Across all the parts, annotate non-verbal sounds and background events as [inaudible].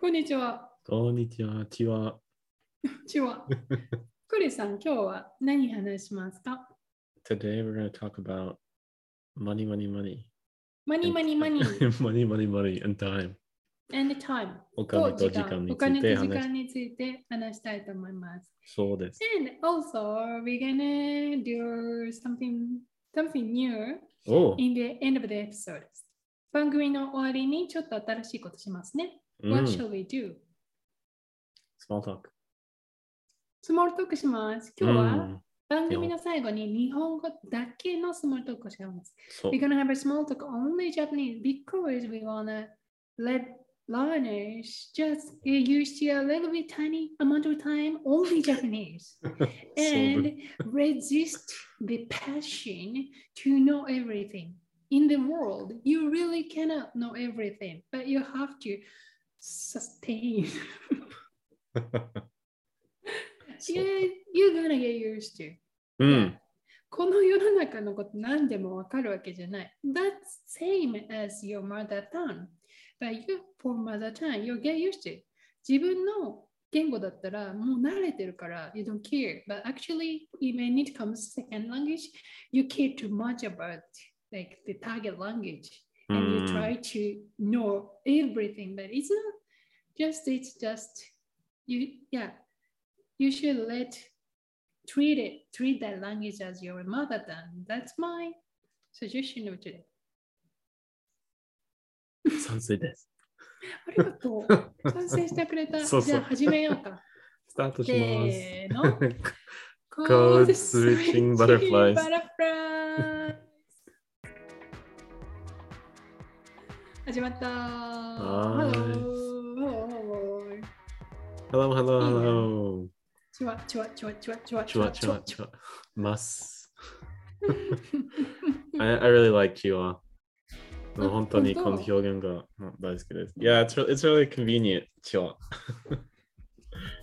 こんにちは。こんにちは、ちは。ち [laughs] は。クリさん、今日は何話しますか Today we're going to talk about money, money, money. マニマニマニ [laughs] money, money, money, and time. and time お金と時間おにつ金といて時話間について話したいと思います。そうです。 And also, we're gonna do something, something new おう、 in the end of the episode. 番組の終わりにちょっと新しいことしますね。うん、 What ス shall we do? モートーク。スモールトークします。今日うはん番組の最後に日本語だけのスモールトークをします。そう We're gonna have a small talk only Japanese because we wanna let learners just get used to a little bit tiny amount of time only [laughs] Japanese そうだ and resist the passion to know everything. In the world, you really cannot know everything, but you have to [laughs] sustain. [laughs] そう you, you're gonna get used to. うん、この世の中のこと何でもわかるわけじゃない。That's same as your mother tongue. But you, for mother tongue, you get used to. it. 自分の言語だったらもう慣れてるから you don't care. But actually, even it comes second language, you care too much about like the target language. う And you ん。 try to know everything. But it's not just, it's just, you, yeah, you should let treat it, treat that language as your mother tongue. That's my suggestion of today. 賛成です。ありがとう。賛成してくれた。 [laughs] そうそうじゃあ始めようか。スタートします。せーの。 Code switching butterflies. butterflies 始まった。はーい Hello. Hello. hello, いい hello, ね hello. チュワチュワチュワチュワチュワちわちわちワ。わ。ます。I, I really like Chiwa. あ本当にこ本の表当現がうん大好きです。Yeah, it's, re- it's really convenient, Chiwa.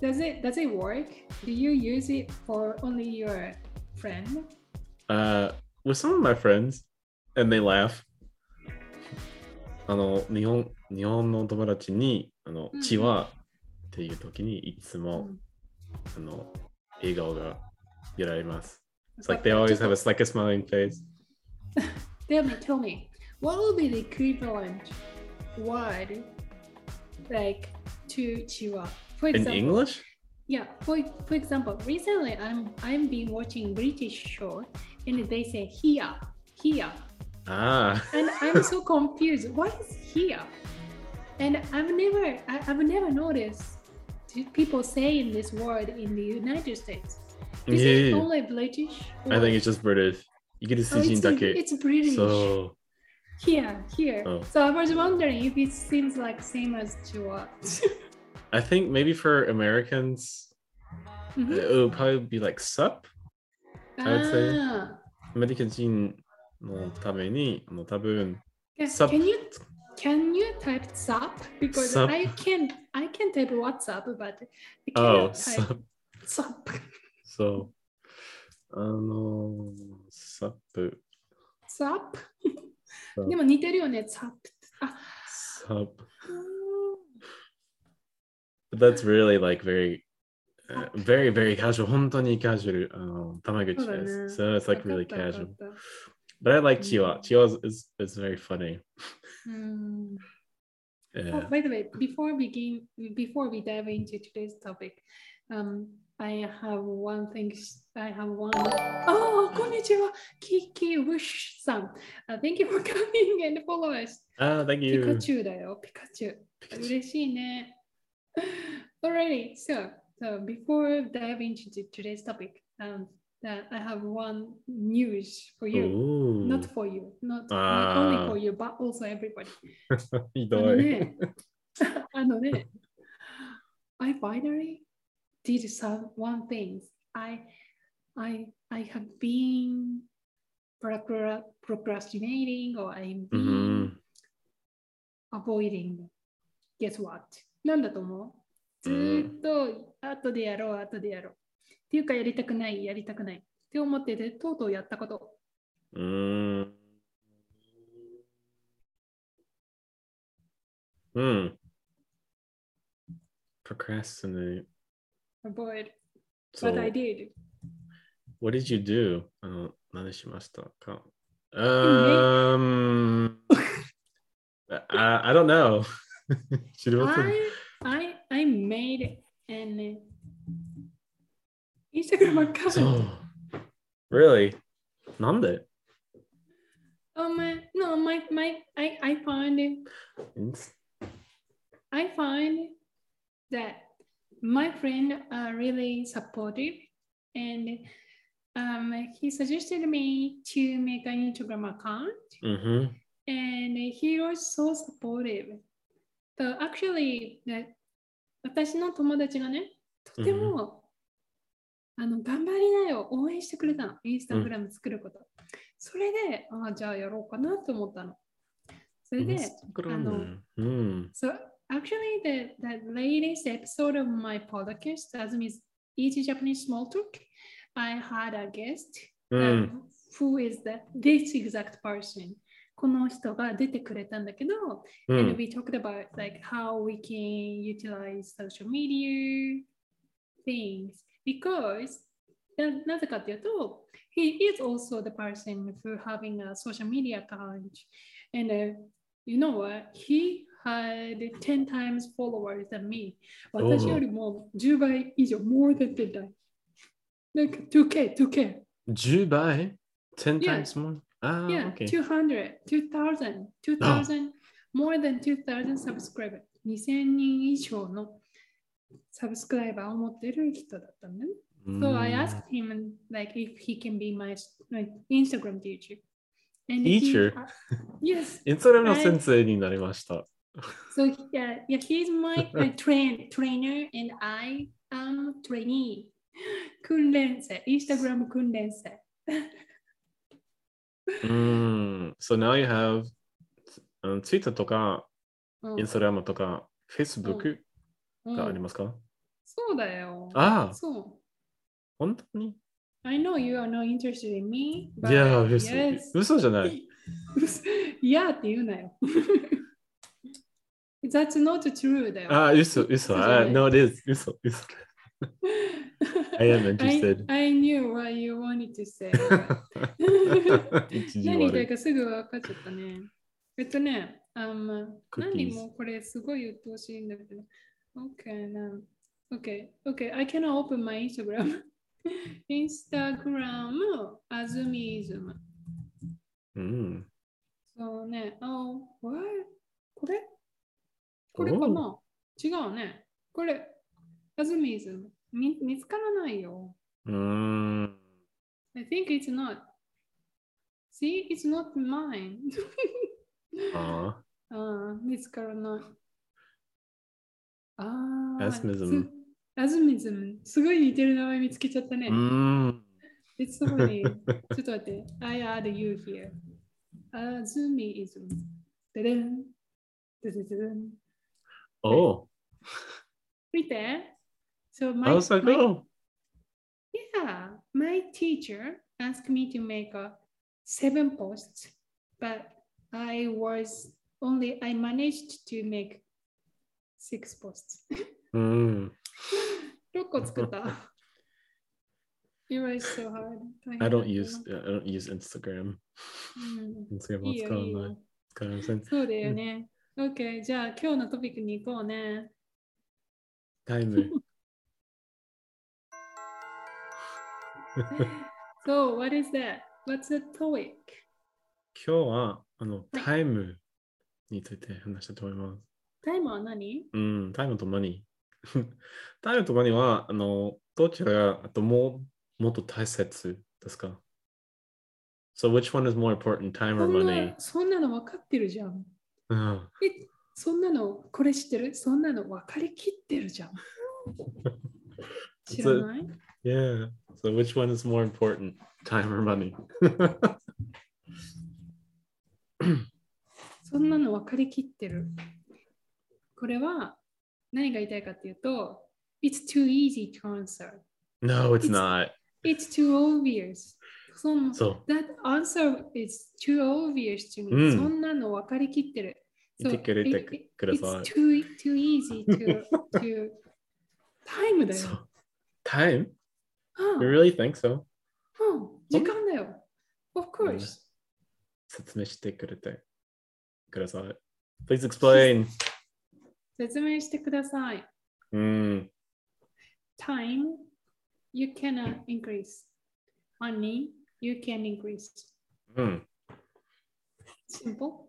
Does it does it work? Do you use it for only your friend? Uh, with some of my friends, and they laugh. あの、日本日本の友達に、あのうん、チワっていう時に、いつうもん、あの、笑顔が見られます。It's like they always have a, like a smiling face. Tell me, tell me, what will be the equivalent word like to chihuahua? For In example, English? yeah. For for example, recently I'm I'm been watching British show and they say here, here, Ah. [laughs] and I'm so confused. What is here? And I've never I, I've never noticed t- people saying this word in the United States. Is it yeah. only British? I think or- it's just British. イギリス Oh, 人 it's, だけ。 it's British. So, Here, here. Oh. So I was wondering if it seems like same as Chua. [laughs] I think maybe for Americans, Mhm. it would probably be like sup. I would say- Ah. アメリカ人のために、あの多分 Can- Sup. Can you can you type sub? Because Sup. I can I can type WhatsApp, but I Oh, cannot type sup. sub. そう。あのー、サップ、 Sub. Sup. [laughs] でも似てるよね、サップ。あ、サップ。But that's really like very, uh, very, very casual. 本当にカジュアル。あの、たまぐちでそす。So it's わかっ like た really わか casual. った But I like Chiwa. うん Chiwa is, is, is very funny. うん。Oh, Yeah. by the way, before we begin, before we dive into today's topic, um, I have one thing. I have one. Oh, konnichiwa, Kiki Wush san. Uh, thank you for [laughs] coming and follow us. Ah, thank you. Pikachu だよ、Pikachu. 嬉しいね。Alrighty, so so before diving into today's topic, um, that I have one news for you. Ooh. [laughs] Ah. Not for you, not, not only あー for you, but also everybody. ひあどのい。ね、 [laughs] あのね、I finally did some one thing. I, I, I have been procra- procrastinating or I've う been ん。 avoiding. Guess what? なんだと思うずーっと後でやろう、後でやろう。っていうか、やりたくない、やりたくない。って思ってて、とうとうや Mm. ったこと。うん。うん。procrastinate. avoid. そ But I う。 did. What did you do? Oh, あの、何しましたか Mm-hmm. Um, I, I don't know. [laughs] 知りません。 I, I, I made an Instagram そ account う。Really? なんで on Oh, my no my my I, I find I find that my friend are really supportive and um, he suggested me to make an Instagram account うん。 and he was so supportive. So actually, that 私の友達がね、とても、あの頑張りなよ、応援してくれたの、インスタグラム作ること。それで、ああ、じゃあやろうかなと思ったの。それで、 Instagram うん。 so actually, the, the latest episode of my podcast, Azumi's Easy Japanese Small Talk, I had a guest う that- ん。 who is that this exact person この人が出てくれたんだけど、う and ん。 we talked about like how we can utilize social media things because ななぜかっていうと he is also the person who having a social media account and、you uh, know what he had 10 times followers than me おう私よりも10倍以上 more than 10 times like 2k 2k 10倍 Yeah. ?10 times more? Ah, ああ、 Yeah, OK。 200, 2000, 2000, more than 2000 subscriber. 2000人以上のサブスクライバーを持ってる人だったのね。So I うん asked him like if he can be my, my Instagram teacher. And Teacher? He, yes. インスタグラムの先生になりました。 So yeah, yeah, he's [laughs] my uh, train trainer and I am trainee. [gasps] 訓練生、Instagram 訓練生。うん。So now you have うん Twitter とかうん Instagram とか Facebook うんがありますかそうだよ。ああ、そう。本当に I know you are not interested in me, いや、嘘 yes. [laughs] 嘘じゃない。 yeah って言う [laughs] なよ。That's not true だよ。ああ、嘘、嘘。嘘じゃなああ、い no, it is. [laughs] 嘘、嘘。I am interested. I, I knew what you wanted to say. [laughs] [laughs] 一時何言いた悪いい。かすぐ分かっちゃったね。えっとね、あんクッキー何ズもこれすごい言ってほしいんだけど。Okay, now. Okay, okay, I cannot open my Instagram. [laughs] Instagram, Azumism. うん。そうね。あ、これこれこれかな違うね。これ、アズミーズ見見つからないよ。うん。 I think it's not. See, it's not mine. [laughs] ああ、あー見つからない。ああ。 Azumism す。アズミズム。すごい似てる名前見つけちゃったね。うん。 It's so [laughs] funny. ちょっと待って。I add you here. アズミイズム。ででん。でででん。 Oh, 見て。So my, how's that my- go? yeah, my teacher asked me to make a seven posts, but I was only I managed to make six posts. [laughs] うん。六個作った。It was so hard. 大変だ I ったな don't use, I don't use Instagram. うんうんいいよいいよ。使わない。使いません。そうだよね。OK、じゃあ今日のトピックに行こうね。タイム。 So, what is that? What's the topic? 今日は、あの、タイムについて話したいと思います。タイムは何うん、タイムとマニー。 [laughs] タイムとマニーは、あの、どちらが、あともう、もっと大切ですか ?So, which one is more important, time そん or money? なそんなの分かってるじゃん。うんえ、そんなの、これ知ってるそんなの分かりきってるじ [laughs] ゃん。知らない Yeah. So, which one is more important, time or money? そんなの分かりきってる。これは何が言いたいかっていうと、It's too easy to answer. No, it's It's- not. It's too obvious. その So, That answer is too obvious to me.、うんそんなの分かりきってる。言ってくれてく it- it- くださ It's too, too easy to, to [laughs] タイムい。だよそ。う。Time? うん You really think so? うん、時間だよ。Of うん course. 説明してくれてください。Please explain. 説明してください。うん。 Time, you cannot increase. Money, you can increase. うん。 Simple.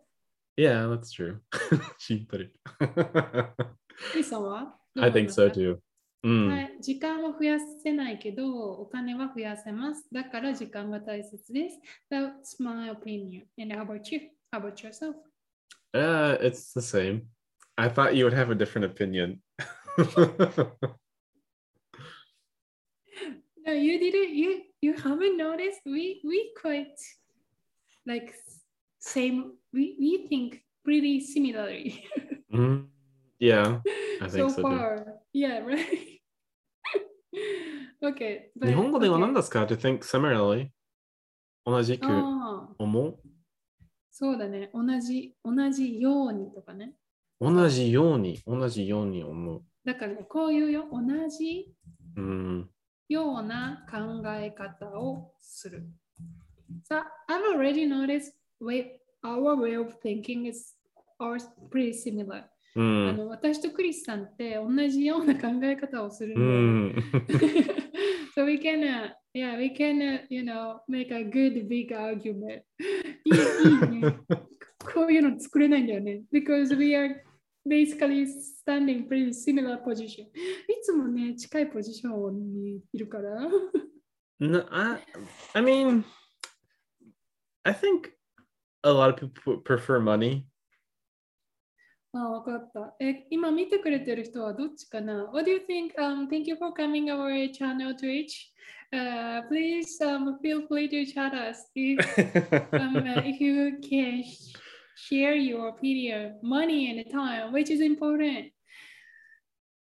Yeah, that's true. [laughs] シンプル。クリさんは [laughs] I think so too. Hmm. うはん。い、時間は増やせないけど、お金は増やせます。だから時間が大切です。That's my opinion. And how about you? How about yourself? Uh, it's the same. I thought you would have a different opinion. [laughs] No, you didn't. You you haven't noticed. We we quite like same. We we think pretty similarly Mm, yeah, I so think so too. far. Yeah, right. [laughs] okay, but 日本語では okay. 何ですか ?Do you think similarly? 同じくああ、思うそうだね。同じ同じようにとかね。同じように、同じように思う。だから、ね、こういうよ同じうん。ような考え方をする。So I've already noticed way, our way of thinking is are pretty similar. うあん。の私とクリスさんって同じような考え方をするうんで。ん。 [laughs] so we can, uh, yeah, we can, uh, you know, make a good big argument. [laughs] いいいいね。こういうの作れないんだよね。Because we are basically standing pretty similar position. いつもね、近いポジションにいるから。 [laughs] [laughs] No, I, I mean, I think a lot of people prefer money. あ、わかった。え、今見てくれてる人はどっちかな ?What do you think?、Um, thank you for coming our channel Twitch.、Uh, please、um, feel free to chat us if, um, if you can sh- share your opinion, money and time, which is important.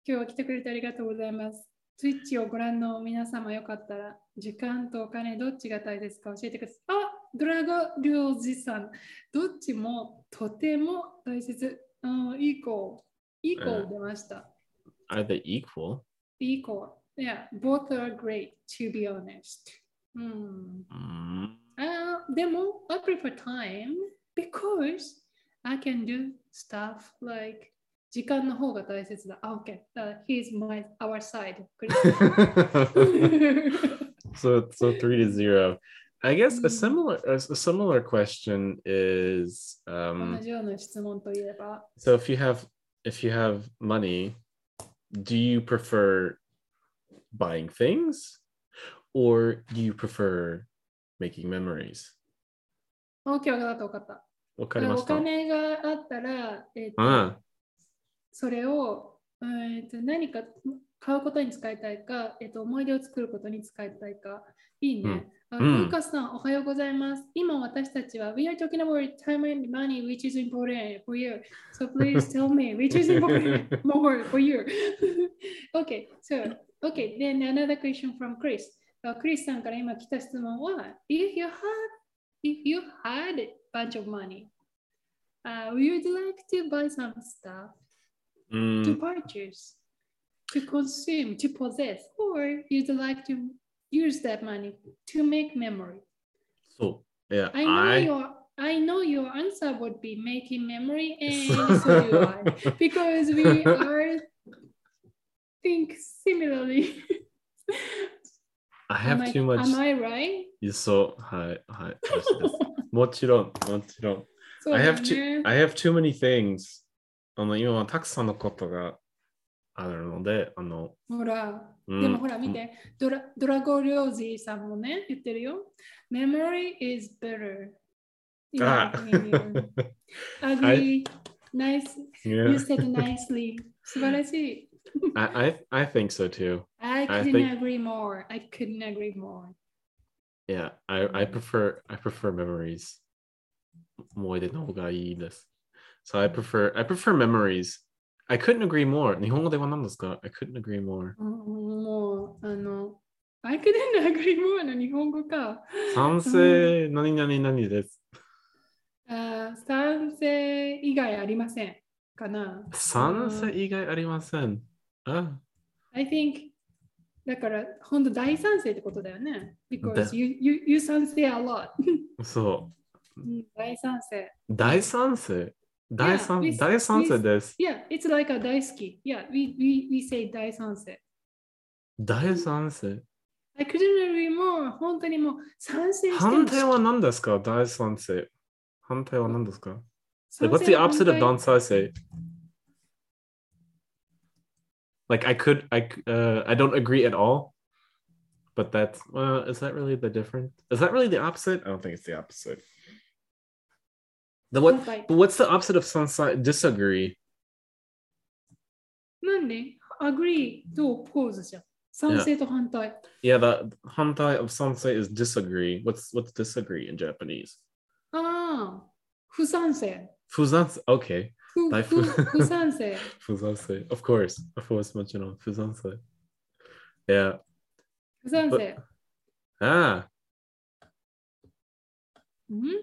今日は来てくれてありがとうございます。Twitch をご覧の皆様よかったら、時間とお金どっちが大切か教えてください。あ、ドラゴリョウジさん。どっちもとても大切。うん、いい子。いい子うん出ました。 Are they equal? いい子。Yeah, both are great, to be honest. うん。 Mm. あーでも、I prefer time because I can do stuff like 時間の方が大切だ。あ、OK。Uh, he's my, our side. [laughs] [laughs] クリス [laughs] so so three to zero. I guess a Mm. similar a s- a similar question is 同 um, じような質問といえば、 so if you have if you have money, do you prefer buying things or do you prefer making memories? オーケー分かった分かった。おわかりました。金があったら、えっとああ、それを、えっと何か買うことに使いたいか、えっと思い出を作ることに使いたいか。いいね。あうんルーカスさん、おはようございます。今私たちは、We are talking about time and money, which is important for you. So [laughs] please tell me, which is important more for you. [laughs] okay, so, okay, then another question from Chris. あクリスさんから今来た質問は、If you had, if you had a bunch of money, uh, would you like to buy some stuff? うん。 to purchase, to consume, to possess, or you'd like to use that money to make memory. そう。Yeah, I know I- your I know your answer would be making memory, [laughs] and so do I, because we are think similarly. I am, have I, too much. am I right? そう。はい。はい。そうですもちろん、もちろん。 So I have then, too, uh, I have too many things. あの、今はたくさんのことがあるので、あの、ほら、うんでもほら見て、ドラドラゴリョージーさんもね、言ってるよ。Memory is better. in my あ opinion. Agree. Nice. You [laughs] yeah, said nicely. 素晴らしい。 I, I, I think so too. I I couldn't think- agree more. I couldn't agree more. Yeah, I, I prefer, I prefer memories. 思い出の方がいいです。So I prefer, I prefer memories. I couldn't agree more. 日本語では何ですか ?I couldn't agree more. うんもう、あの、I couldn't [laughs] agree more の日本語か。賛成、何々何です。あー賛成以外ありませんかな。三世以外ありません。あ、 I think だから本当大賛成ってことだよね。だ Because you, you, you 賛成 a lot. [laughs] そうん大賛成。う。大賛成。大賛 Yeah, this- 大賛成です。 Yeah, it's like a 大好き。Yeah, we, we, we say 大賛成。大賛成。 I couldn't really more 本当にもう賛成しても反対は何ですか大賛成。反対は何ですか賛 Like, 成 what's the opposite of 反対 Don Saisei? Like, I could, I, c- uh, I don't agree at all. But that's, well, is that really the difference? Is that really the opposite? I don't think it's the opposite. The what? 反対 But what's the opposite of sansai? Disagree. なんで ?agree と oppose じゃん。賛成と反対。 Yeah, the hantai of sansai is disagree. What's what's disagree in Japanese? ああ、不賛成。 Fuzanse. Okay, 不大不不不賛 [laughs] 成。 fuzanse. Of course, of course, much you know, fuzanse. Yeah. 不賛成。 Ah. うん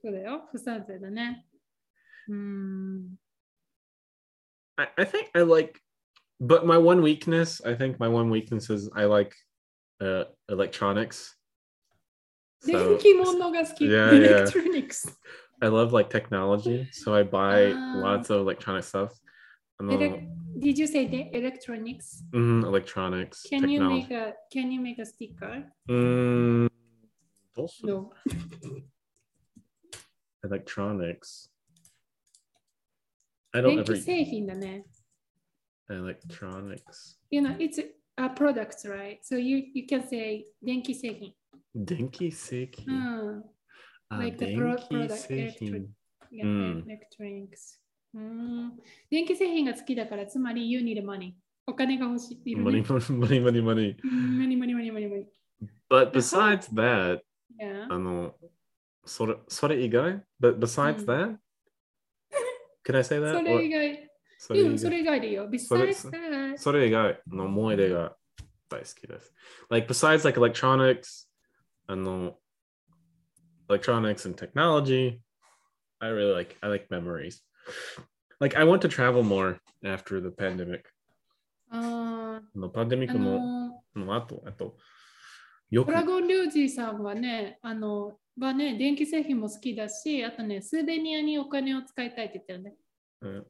そうだよ。不賛成だね。うーん。 I, I think I like, but my one weakness, I think my one weakness is I like uh, electronics. 電気物が好き。 Yeah, エ yeah. レクトロニクス。 I love like technology, so I buy Ah. lots of electronic stuff. And then- Elec- Did you say the electronics? Mhm, electronics, Can you technology. make a Can you make a sticker? Mm, also No. electronics. I 電 don't ever 気製品だね。 electronics. You know, it's a product, right? So you you can say 電気製品。 Denki seiki. うん。 Ah, Hmm, like the pro- denki product, electric- seiki. やうねん、ネクトリンクス。うーん電気製品が好きだから、つまり You need money。お金が欲しい。いるね Money, money, money, money. うん、money, money, money, money, money. But [laughs] besides that, Yeah. あの、それ、それ以外 But besides うん that? Can I say that? それ以外、 Or- それう以ん、そ外れ以外でいいよ。それ Besides that, それ以外の思い出が大好きです。Like, besides like electronics, あの、electronics and technology, I really like, I like memories. Like, I want to travel more after the pandemic. あのパンデミーッあクののの後、あと、よー、くドラゴン・リュウジーさんはね、あの、はね、電気製品も好きだし、あとね、スーベニアにお金を使いたいって言ったよね。うん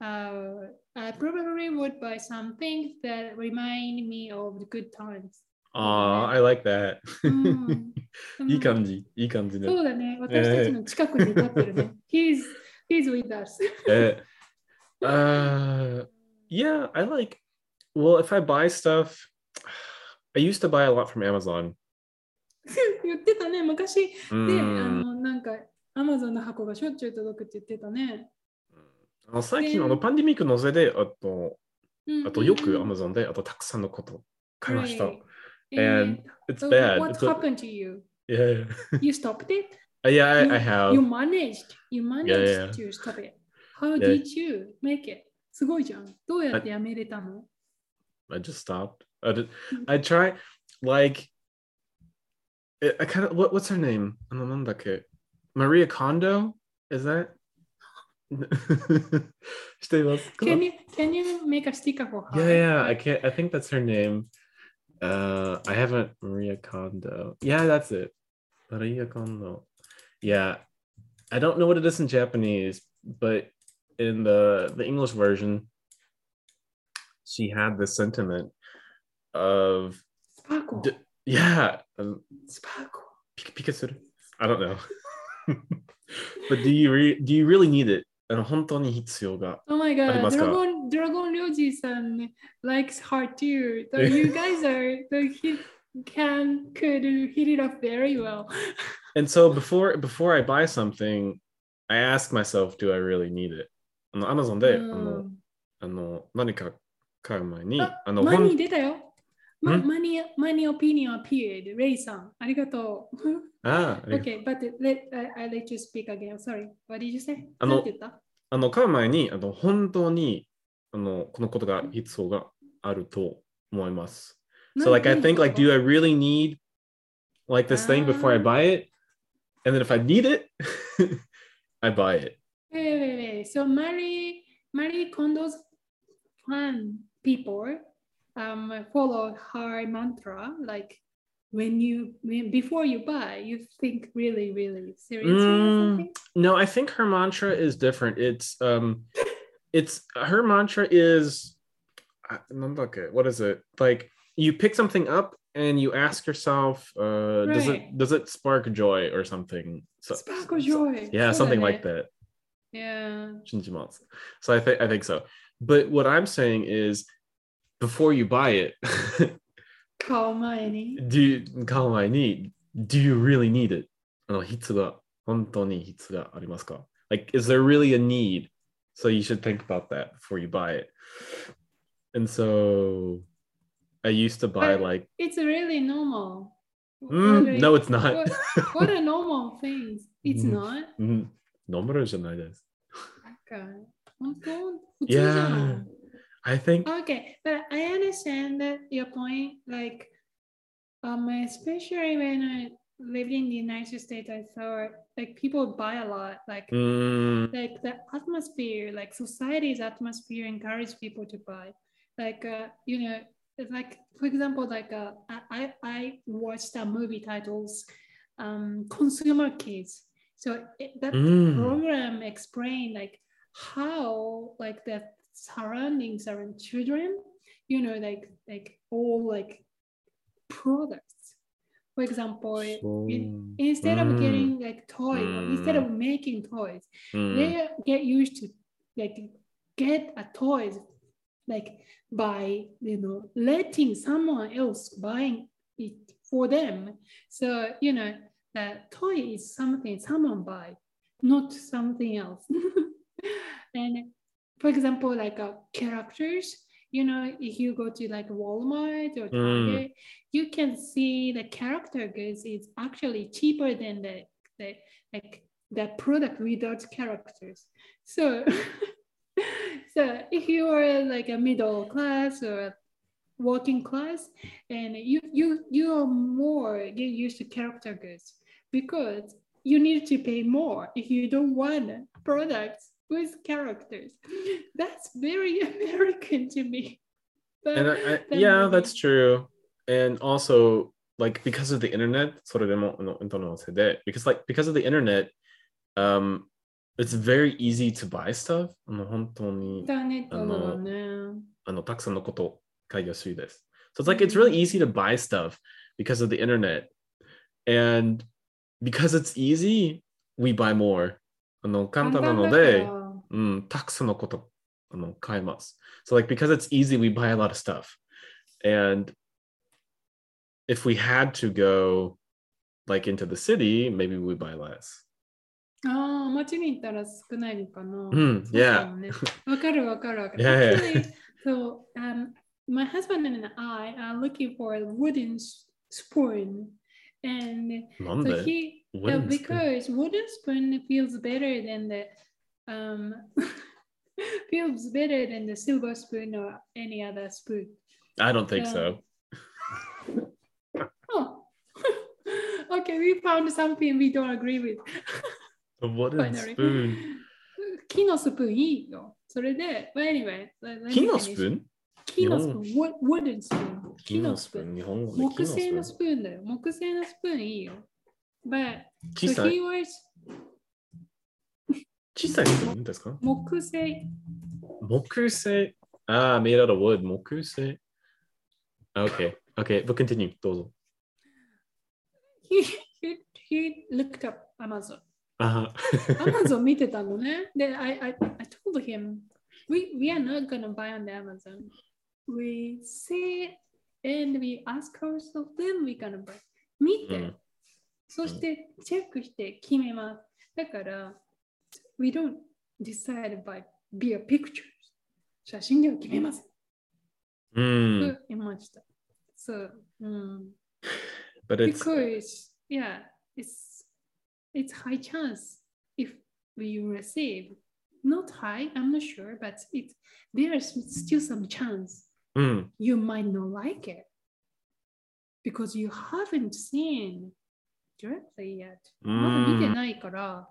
Uh, I probably would buy something that remind me of the good [laughs] times. ああ、I like that. うん [laughs] いい感じ、いい感じで。そうだね。私たちの近くに立ってる [laughs] ね。he's, he's with us. Eh, uh, yeah, I like. Well, if I buy stuff, I used to buy a lot from Amazon. 言ってたね、昔。で、あ Mm. の、なんか、アマゾンの箱がしょっちゅう届くって言ってたね。あの最近であのパンデミックのせいで、あとうんあとよく Amazon であとたくさんのことを買いました。 Right. And it's so bad. What It's a- happened to you? [laughs] yeah, You stopped it? yeah, yeah. I, I You have. managed. You managed Yeah, yeah. to stop it. How Yeah. did you make it? すごいじゃん。どうやってやめれたの I just stopped. I did. I try. Like, I I kind of what, what's her name? I don't know that kid. Maria Kondo. Is that? [laughs] してますか can you, can you make a sticker for her? Yeah, yeah. I can't. I think that's her name. Uh, I haven't Maria Kondo. Yeah, that's it. Maria Kondo. Yeah, I don't know what it is in Japanese, but in the the English version, she had the sentiment of スパーコ。 d- yeah, um, スパーコ。 pika pika suru. I don't know. [laughs] but do you re- do you really need it? And 本当に必要が Oh my god, ありますか？ Dragon Dragon Ryoji-san likes hard too. So [laughs] you guys are so he can could hit it up very well. and so before before I buy something, I ask myself, do I really need it? あの Amazon で、Um, あの Mm. あの何か買う前に、ああのマニ本ー出たよ。マんニマニオピニオ appeared. レイさん、ありがとう。あありがとう okay, but let I, I let you speak again. Sorry. What did you say? あのなんて言ったあの買う前にあの本当にあのこのことが必要があると思います。So like I think like do I really need like this thing before I Ah. buy it? And then if [laughs] I need it, I buy it. Wait, wait, wait. So Marie Marie Kondo's fan people um, follow her mantra like when you when, before you buy, you think really, really seriously. Mm. or something. No, I think her mantra is different. It's um it's her mantra is I- I'm not good. What is it? Like you pick something up and you ask yourself, uh does it Right. does it spark joy or something? So, Sparkle joy. Yeah, そうだね something like that. Yeah. Shinjimatsu. So I think I think so. But what I'm saying is before you buy it, [laughs] Call Hermione. do you call my need? Do you really need it? あの、必要が、本当に必要がありますか? Like, is there really a need? So you should think about that before you buy it. And so I used to buy But- like It's really normal. mm, Wondering- no, it's not. What, what are normal things? It's [laughs] Mm. not. うん、normalじゃないです。なんか本当 Yeah. I think Okay, but I understand that your point. Like, um, especially when I lived in the United States, I saw like people buy a lot. Like, Mm. うん、 like the atmosphere, like society's atmosphere, encourage people to buy. Like, uh, you know, it's like for example, like uh, I I I watched a movie titles, um, Consumer Kids. So it, that うん、 program explain like how like the surroundings around children you know like like all like products for example i- そう、 instead of Mm. getting like toys or instead of making toys うん、 they get used to like get a toys like by you know letting someone else buying it for them so you know that toy is something someone buy not something else [laughs] and for example like uh, characters you know if you go to like walmart or target you can see the character goods is actually cheaper than the, the like the product without characters so [laughs] so if you are like a middle class or a working class and you you you are more get used to character goods because you need to pay more if you don't want products with characters [laughs] that's very [laughs] american to me but and I, I, then yeah, maybe- that's true. And also, like because of the internet, sort of demo, no, don't know say that because like because of the internet, um, it's very easy to buy stuff. あの、本当に、インターネットのね。あの、たくさんのこと買いやすいです。So it's like it's really easy to buy stuff because of the internet. And because it's easy, we buy more. あの、簡単なので、簡単だから。うん、たくさんのことあの買えます。So Mm, like because it's easy, we buy a lot of stuff. And if we had to go like into the city, maybe we buy less. ああ、街に行ったら少ないのかな。んそうか [laughs] もねわ、かるわかるわかる。 Yeah, yeah. Actually, so, um, my husband and I are looking for a wooden s- spoon. And なんで so he, uh, Wooden spoon? because wooden spoon feels better than the, um, [laughs] feels better than the silver spoon or any other spoon. I don't think so. Oh. [laughs] okay, we found something we don't agree with. A wooden Finally. spoon. [laughs] 木のスプーンいいよ。それで、but anyway, let- let me 木の finish. スプーン木のスプーン wood- wooden spoon. 木のスプーン。ン。日本語で木木のスプ製ーのンス。プーンだよ。木製のスプーンいいよ。But, 小 so さい he was 小さいスプーンですか木製。木製。ああ、made Ah, out of wood. 木製。Okay, okay, but continue. どうぞ。 He, he, he looked up Amazon. あは Amazon 見てたのね。で、I, I, I told him, we, we are not gonna buy on the Amazon. We see and we ask ourselves, then we gonna buy. 見て、うんそしてチェックして決めます。だから、we don't decide by via pictures. 写真では決めます。Hmm. うん。と言いました。そう。うん。 But it's because yeah it's it's high chance if we receive not high i'm not sure but it there's still some chance うん。 you might not like it because you haven't seen directly yet うまだ見てんないから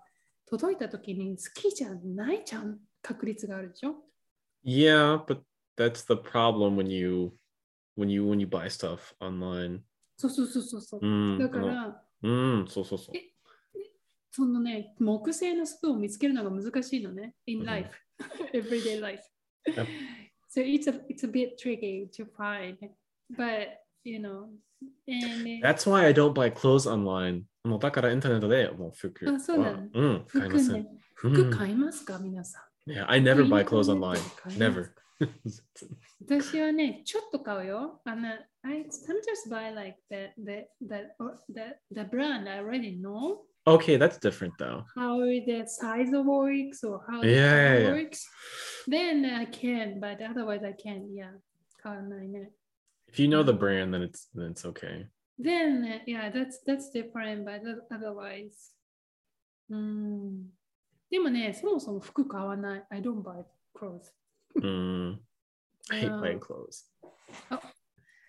届いた時に好きじゃないじゃん確率があるでしょ Yeah, but that's the problem when you when you when you buy stuff online. そ Mm, うそうそうそうそう。うん。だかあの、ら、うん、そうそうそう。えそのね、木製のスプーンを見つけるのが難しいのね。う in ん life, [laughs] everyday life. Yep. so it's a, it's a bit tricky to find. But, you know, and That's why I don't buy clothes online. もうだからインターネットでもう服はあそうなのうん、買い服ません。ね、服買いますか、皆さん。うん Mm. Yeah, I never buy clothes インターネットで買 online. います Never. 私はね、ちょっと買うよ。あの、I sometimes buy like the, the, the, the, the brand I already know. okay, that's different though. how the size of works or how the Yeah, color yeah, yeah. works, then I can, but otherwise I can't. Yeah, 買わないね。 If you know the brand, then it's then it's okay. Then uh, yeah, that's that's different, but o- otherwise, うん。でもね、そもそも服買わない。I don't buy clothes. うん。I Mm, hate うん buying clothes.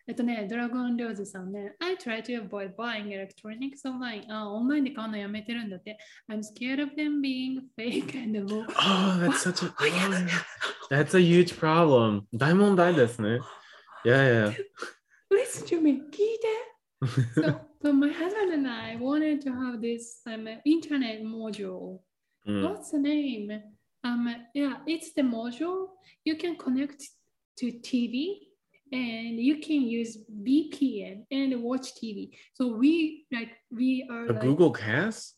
えっとね、ドラゴン領事さんね、I try to avoid buying electronics online. あ、オンラインで買うのやめてるんだって。I'm scared of them being fake and more. Oh, that's such a Oh, yeah. that's a huge problem. 大問題ですね。Yeah, yeah. [gasps] Listen to me, 聞いて [laughs] so, so my husband and I wanted to have this um, internet module. うん。 What's the name? Um, yeah, it's the module. You can connect to TV and you can use VPN and watch TV. So we like we are A like Google Cast?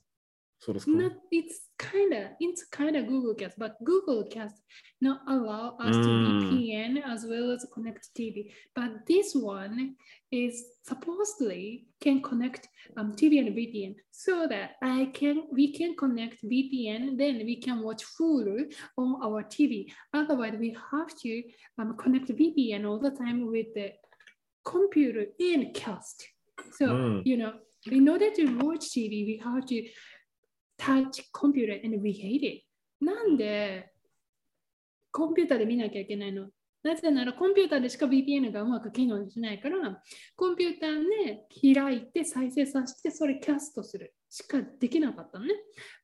そうですか not it's kinda it's kinda Google Cast, but Google Cast not allow us to Mm. VPN as well as connect TV. But this one is supposedly can connect um, TV and VPN so that I can we can connect VPN, then we can watch Hulu on our TV. Otherwise, we have to um, connect VPN all the time with the computer and cast. So Mm. you know, in order to watch TV, we have to touch computer and we hate it. なんでコンピューターで見なきゃいけないのなぜならコンピューターでしか VPN がうまく機能しないから、コンピューターで開いて再生させてそれキャストするしかできなかったのね。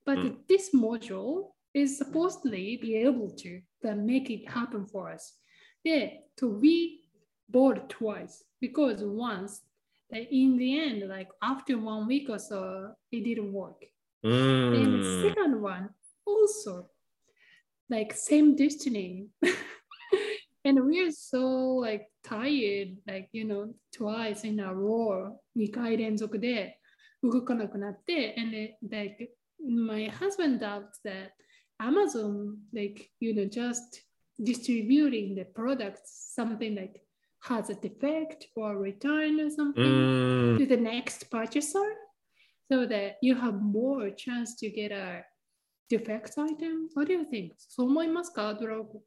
But、うん this module is supposedly be able to that make it happen for us. で、so we bought twice because once like, in the end, like after one week or so, it didn't work. う And ん。 second one also like same destiny. [laughs] and we're so like tired, like you know, twice in a row, 2回連続で動かなくなって、and it, like my husband doubts that Amazon, like you know, just distributing the products, something like has a defect or return or う something. ん。 to the next purchaser so that you have more chance to get a defect item? What do you think? そう思いますかドラゴ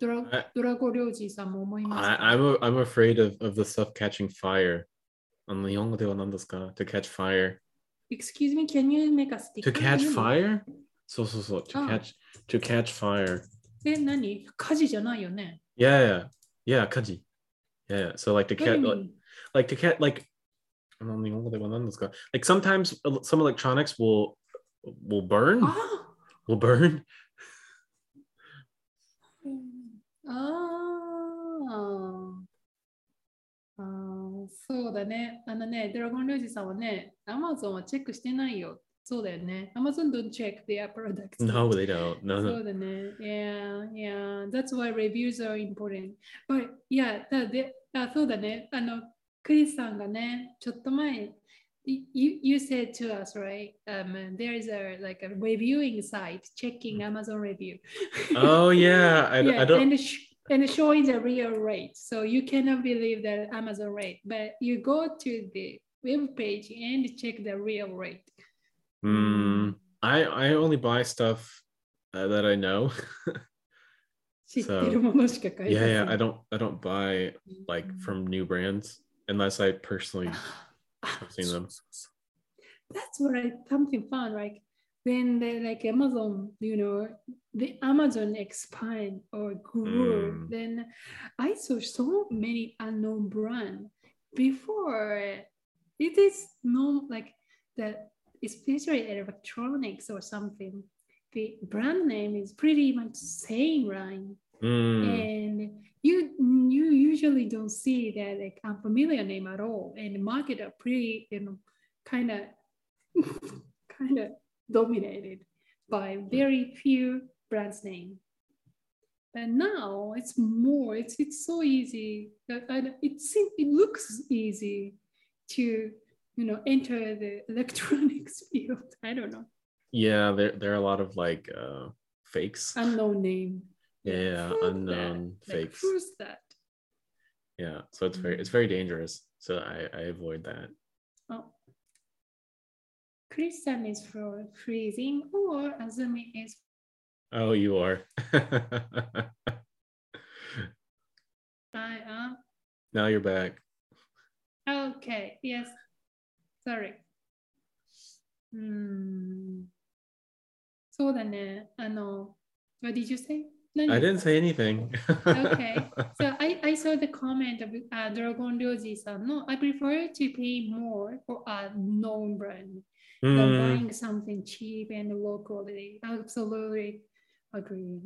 ドラえドラゴ領事さんも思います I, か I'm a, I'm afraid of, of the stuff catching fire. あの日本語では何ですか To catch fire. ?Excuse me, can you make a stick? To catch fire? そうそうそう。To あ catch to catch fire. え、何火事じゃないよね。 Yeah, yeah, yeah. 火事 Yeah. So like What to do catch you like, mean? like to catch like あの日本語では何ですか Like sometimes el- some electronics will will [gasps] burn あ will burn. [laughs] あーあーそうだね。あのね、ドラゴン領事さんはね、Amazon はチェックしてないよ。そうだよね。Amazon don't check their products. No, they don't. No, no. そうだね。Yeah, yeah. That's why reviews are important. But yeah, だであそうだね。あの、クリスさんがね、ちょっと前、You, you said to us, right? Um, there is a like a reviewing site checking Amazon review. Hmm. [laughs] [laughs] Oh yeah. I, yeah, I don't. and, sh- and showing the real rate. So you cannot believe the Amazon rate, but you go to the web page and check the real rate. Hmm. I I only buy stuff uh, that I know. [laughs] 知 [laughs] ってるものしか買え yeah, ない。 yeah. I don't I don't buy like from new brands unless I [sighs] personally have seen them. [laughs] that's what I something fun like when the like Amazon, you know, the Amazon expand or grew, Mm. then I saw so many unknown brand before it is known like the especially electronics or something. the brand name is pretty much same line. うん。 And you you usually don't see that like unfamiliar name at all. And market are pretty, you know, kind [laughs] of kind of dominated by very few brands name. But now it's more, it's it's so easy. that- and It seems it looks easy to you know enter the [laughs] electronics field. I don't know. Yeah, there there are a lot of like uh fakes. Unknown name. Yeah, Who's unknown that? Like, Mm. fakes. who's that? Yeah, so it's very it's very dangerous. So I I avoid that. Oh. Christian is for freezing or Azumi is Oh, you are. [laughs] I am. now you're back. Okay, yes. Sorry. Hmm. うーん。そうだね。あの、what did you say? I 何 didn't say anything. [laughs] Okay. So I, I saw the comment of uh, Dragon Ryoji さんの I prefer to pay more for a known brand than Hmm, buying something cheap and low quality. Absolutely agree.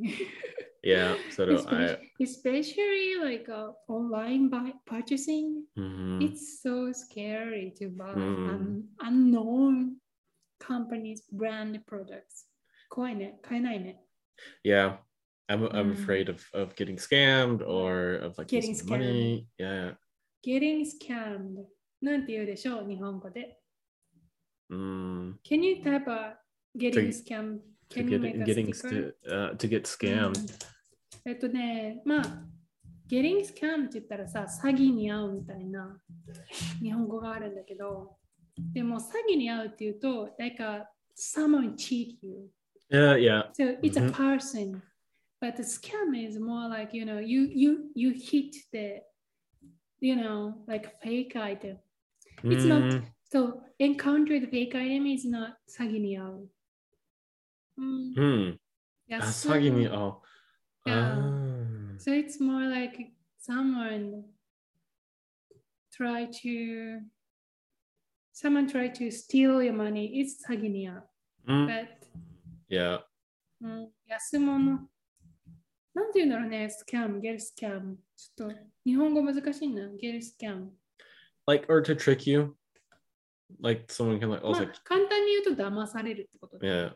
[laughs] yeah, so do I. especially, especially like uh, online buy purchasing Mhm. it's so scary to buy Mm. un- unknown companies brand products 怖いね買えないね Yeah. I'm, Mm. I'm afraid of, of getting scammed or of like Getting losing money. Yeah. getting scammed なんて言うでしょう日本語で Mm. can you type a getting To- scammed To can you make Mm. get a getting sticker? st- uh, to get scammed. うんえっとねまあ getting scammed って言ったらさ詐欺に遭うみたいな日本語があるんだけどでも詐欺に遭うっていうと like a someone cheat you Yeah, yeah. So it's a Mhm. person, but the scam is more like you know you you you hit the you know like fake item. It's not Mm, so encounter the fake item is not saginiyao. Mm, hmm. yeah, Ah, so- sagini. Oh. Yeah. Ah. So it's more like someone try to someone try to steal your money. It's saginiyao, Mm, but Yeah. うん、安物。なんて言うんだろうね、スキャン、ゲルスキャン。ちょっと日本語難しいな、ゲルスキャン。 Like or to trick you. Like someone can like まあ also、簡単に言うと騙されるってことだ。 yeah.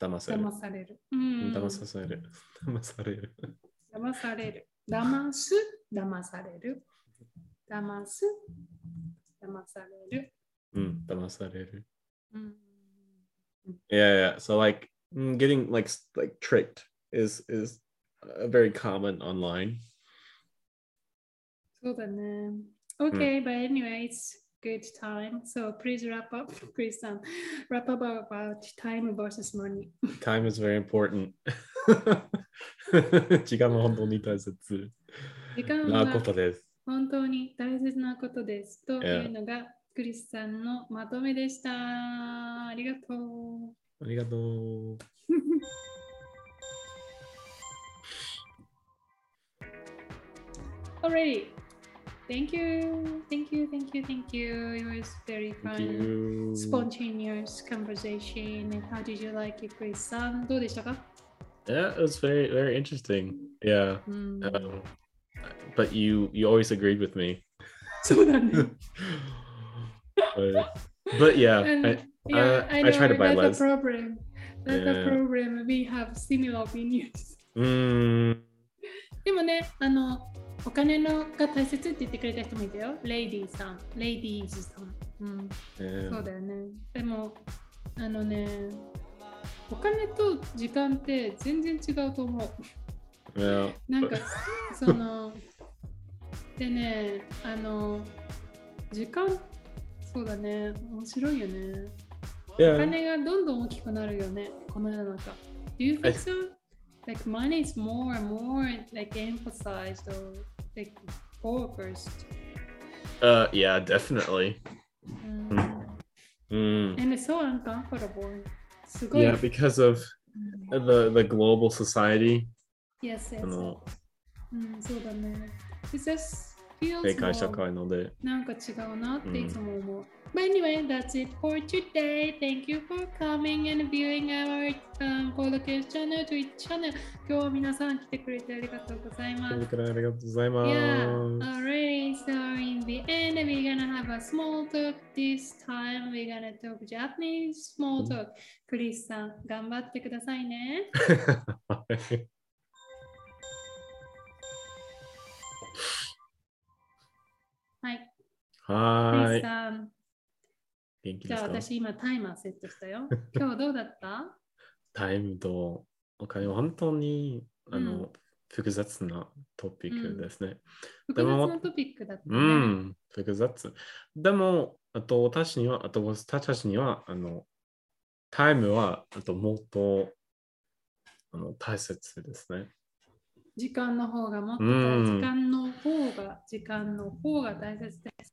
騙される。騙される。うん、 [laughs] 騙される。騙される。騙される。騙す、騙される。騙す、騙される。うん、騙される。うん、 yeah, yeah. so like mm, getting like s- like tricked is is uh, very common online そうだね。Okay, but anyway, it's good time. So please wrap up, [laughs] please um, wrap up about time versus money. time is very important [laughs] 時間は本当に大切時間はなことです本当に大切なことですとい Yeah. うのがクリスさんのまとめでした。ありがとう。ありがとうあれ Thank you. Thank you. Thank you. Thank you. It was very Thank fun. you Spontaneous conversation. And How did you like it, クリスさんどうでしたか yeah it was very very interesting yeah うん。 um, but you you always agreed with me [laughs] そうだね。 but, but yeah And- I, Yeah, Uh, I, I try to know, buy that's less. a problem. That's a Yeah. problem. We have similar opinions. [laughs] mm, でもね、あの、お金のが大切って言ってくれた人もいたよ。レイディーさん、レイディーズさん。うん、 yeah. そうだよね。でも、あのね、お金と時間って全然違うと思 [laughs] う。 yeah なんか、その、でね、あの、時間、そうだね、面白いよね。お yeah 金がどんどん大きくなるよね、この世の中。Do you I- think so? Like money is more and more like emphasized or like focused. uh yeah definitely Mm. Mm. And it's so uncomfortable. すごい。 Yeah, because of うん the the global society. yes, yes. I don't know. うん、そうだね。It's just feels 正解社 more- 会ので。なんか違うなっていつも思う。But anyway, that's it for today. Thank you for coming and viewing our、um, podcast channel, Twitch channel. 今日は皆さん来てくれてありがとうございますあり。がとうござい Yeah, ます。 alright. So in the end, we're gonna have a small talk this time. We're gonna talk Japanese small talk. クリスさん、頑張ってくださいね。 [laughs] はいはい、クはリースい。さん。元じ気でゃあすか私今タイマーセットした [laughs] よ。今日どうだったタイムとお金は本当にあの、うん複雑なトピックですね。複で雑もなトピックだったね。うん、複雑。でも、あと私には、あと私たちには、あの、タイムは、あともっと、あの、大切ですね。時間の方がもっとうん時間の方が時間の方が大切です。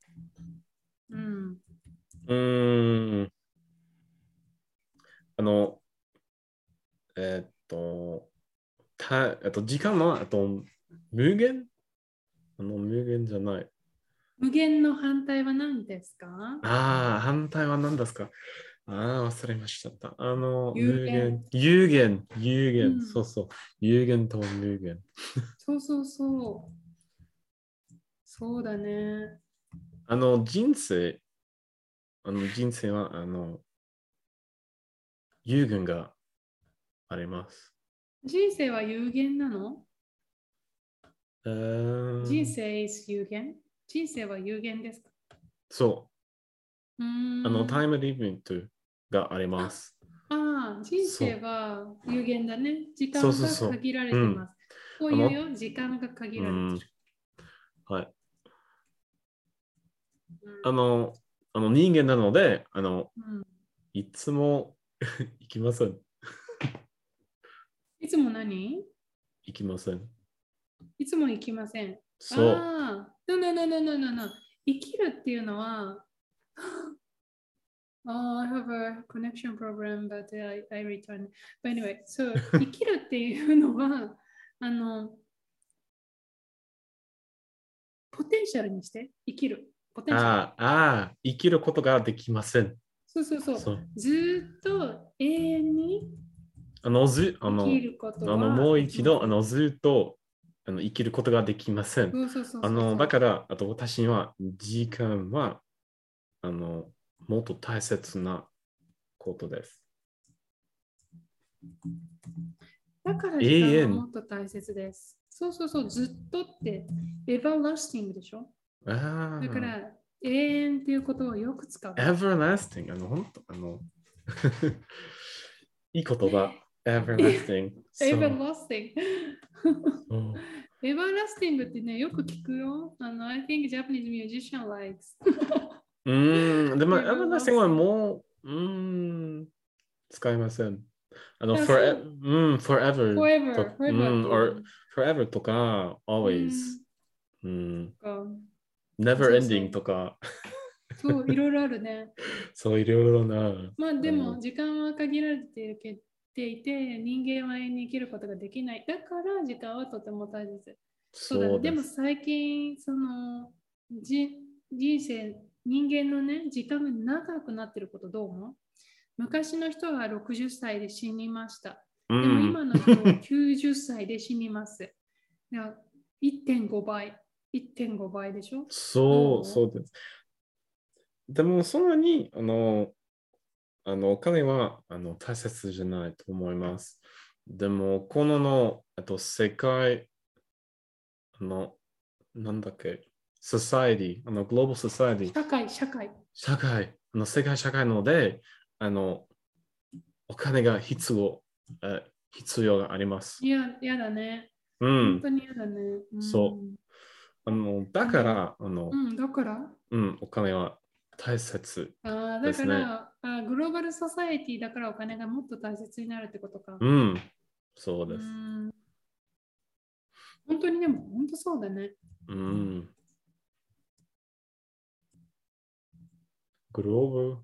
うん。うーん。あの、えーっと、た、あと時間は、あと、無限あの、無限じゃない。無限の反対は何ですかああ、反対は何ですかああ、忘れました。あの、有限有限。有限、有限、うんそうそう。有限と無限。そうそうそう。そうだね。あの、人生、あの、人生は、あの、有限があります。人生は有限なのうーん人生 is 有限人生は有限ですかそうう。ーんあの、タイムリミットがあります。ああ人生は有限だね。時間そがうそうそう限られてます。こういうよ、時間が限られてる。はい。うんあの、あの人間なので、あの、うんいつも [laughs] 行きません。いつも何行きません。いつも行きません。そう。ああ、no, no, no, no, no, no, no. 生きるっていうのは、Oh, I have a connection problem, but I, I return. But anyway, so [laughs] 生きるっていうのは、あの、ポテンシャルにして、生きる。ポテンシャル。ああ、ああ、生きることができません。そうそうそう。そう。ずーっと永遠にあの、ず、あ生の、きることはあのもう一度、あ、の、ずっと、あの、生きることができません。そうそうそうそうあの、だから、あと私には、時間は、あの、もっと大切なことです。だから永時遠間はもっと大切です。そうそうそう、ずっとって、エヴァラスティングでしょああ、だから、永遠っていうことをよく使う。 everlasting、あの、本当あの、 [laughs] いい言葉、everlasting。 [laughs] エヴそうァラスティング。そうエヴァラスティングってね、よく聞くよ。あの、I think Japanese musician likes. うーん、でも、自分の everlasting はもう、うーん、使いません。あの、あ forever、うん、forever, forever、うん forever. or- forever とか、always、うん、うん。 never そうそう ending とか、そう、いろいろあるね。 [laughs] そういろいろな。まあでうもん時間は限られているけていて人間は永遠に生きることができないだから時間はとても大切そうだねででもす最近そのじ人生人間のね時間が長くなってることどう思う昔の人は60歳で死にましたうでんも今の人は90歳で死にますだから1.5倍1.5倍でしょそうう、んそうです。でも、そんなに、あの、あのお金はあの大切じゃないと思います。でも、このの、あと世界、あの、なんだっけ、society、あの、グローバル society、社会社会社会、あの世界社会なので、あの、お金が必要、え必要があります。いややだねう本ん。当にやだね、んそあの、だから、あのう、んだからうん、お金は大切。ああ、でだすかねら、あグローバルソサエティだからお金がもっと大切になるってことか。うん、そううです。ん本当にでも、本当そうだね。うん。グローブ。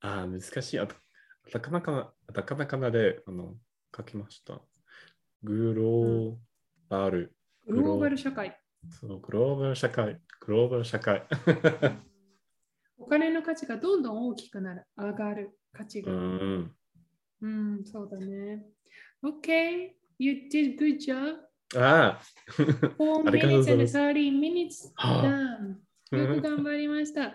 ああ、難しい。あと、カタカナカナ、カタカナカナであの書きました。グローバル。グローバル社会。そのグローバル社会、グローバル社会。お金の価値がどんどん大きくなる、上がる価値うが。ん。うん、そうだね。Okay, you did good job. ああ4ありがとうご minutes ざい and ます30 minutes は done. よく頑張りました。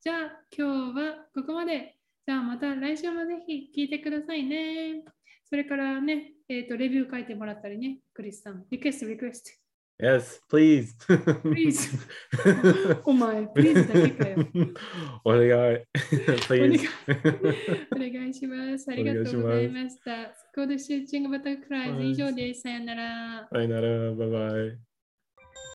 じゃあ今日はここまで。じゃあまた来週もぜひ聞いてくださいね。それからね、えっ、と、レビュー書いてもらったりね、クリスさん。リクエスト、リクエス [laughs] Yes, please. [laughs] Please. ト。お前、プリーズだけかよ。お願 [laughs] い。 [laughs] 願い [laughs] please. [laughs] お願いします。ありがとうございました。スコールシューティングバタフライズ以上です。さよなら。さよなら、バイバイ。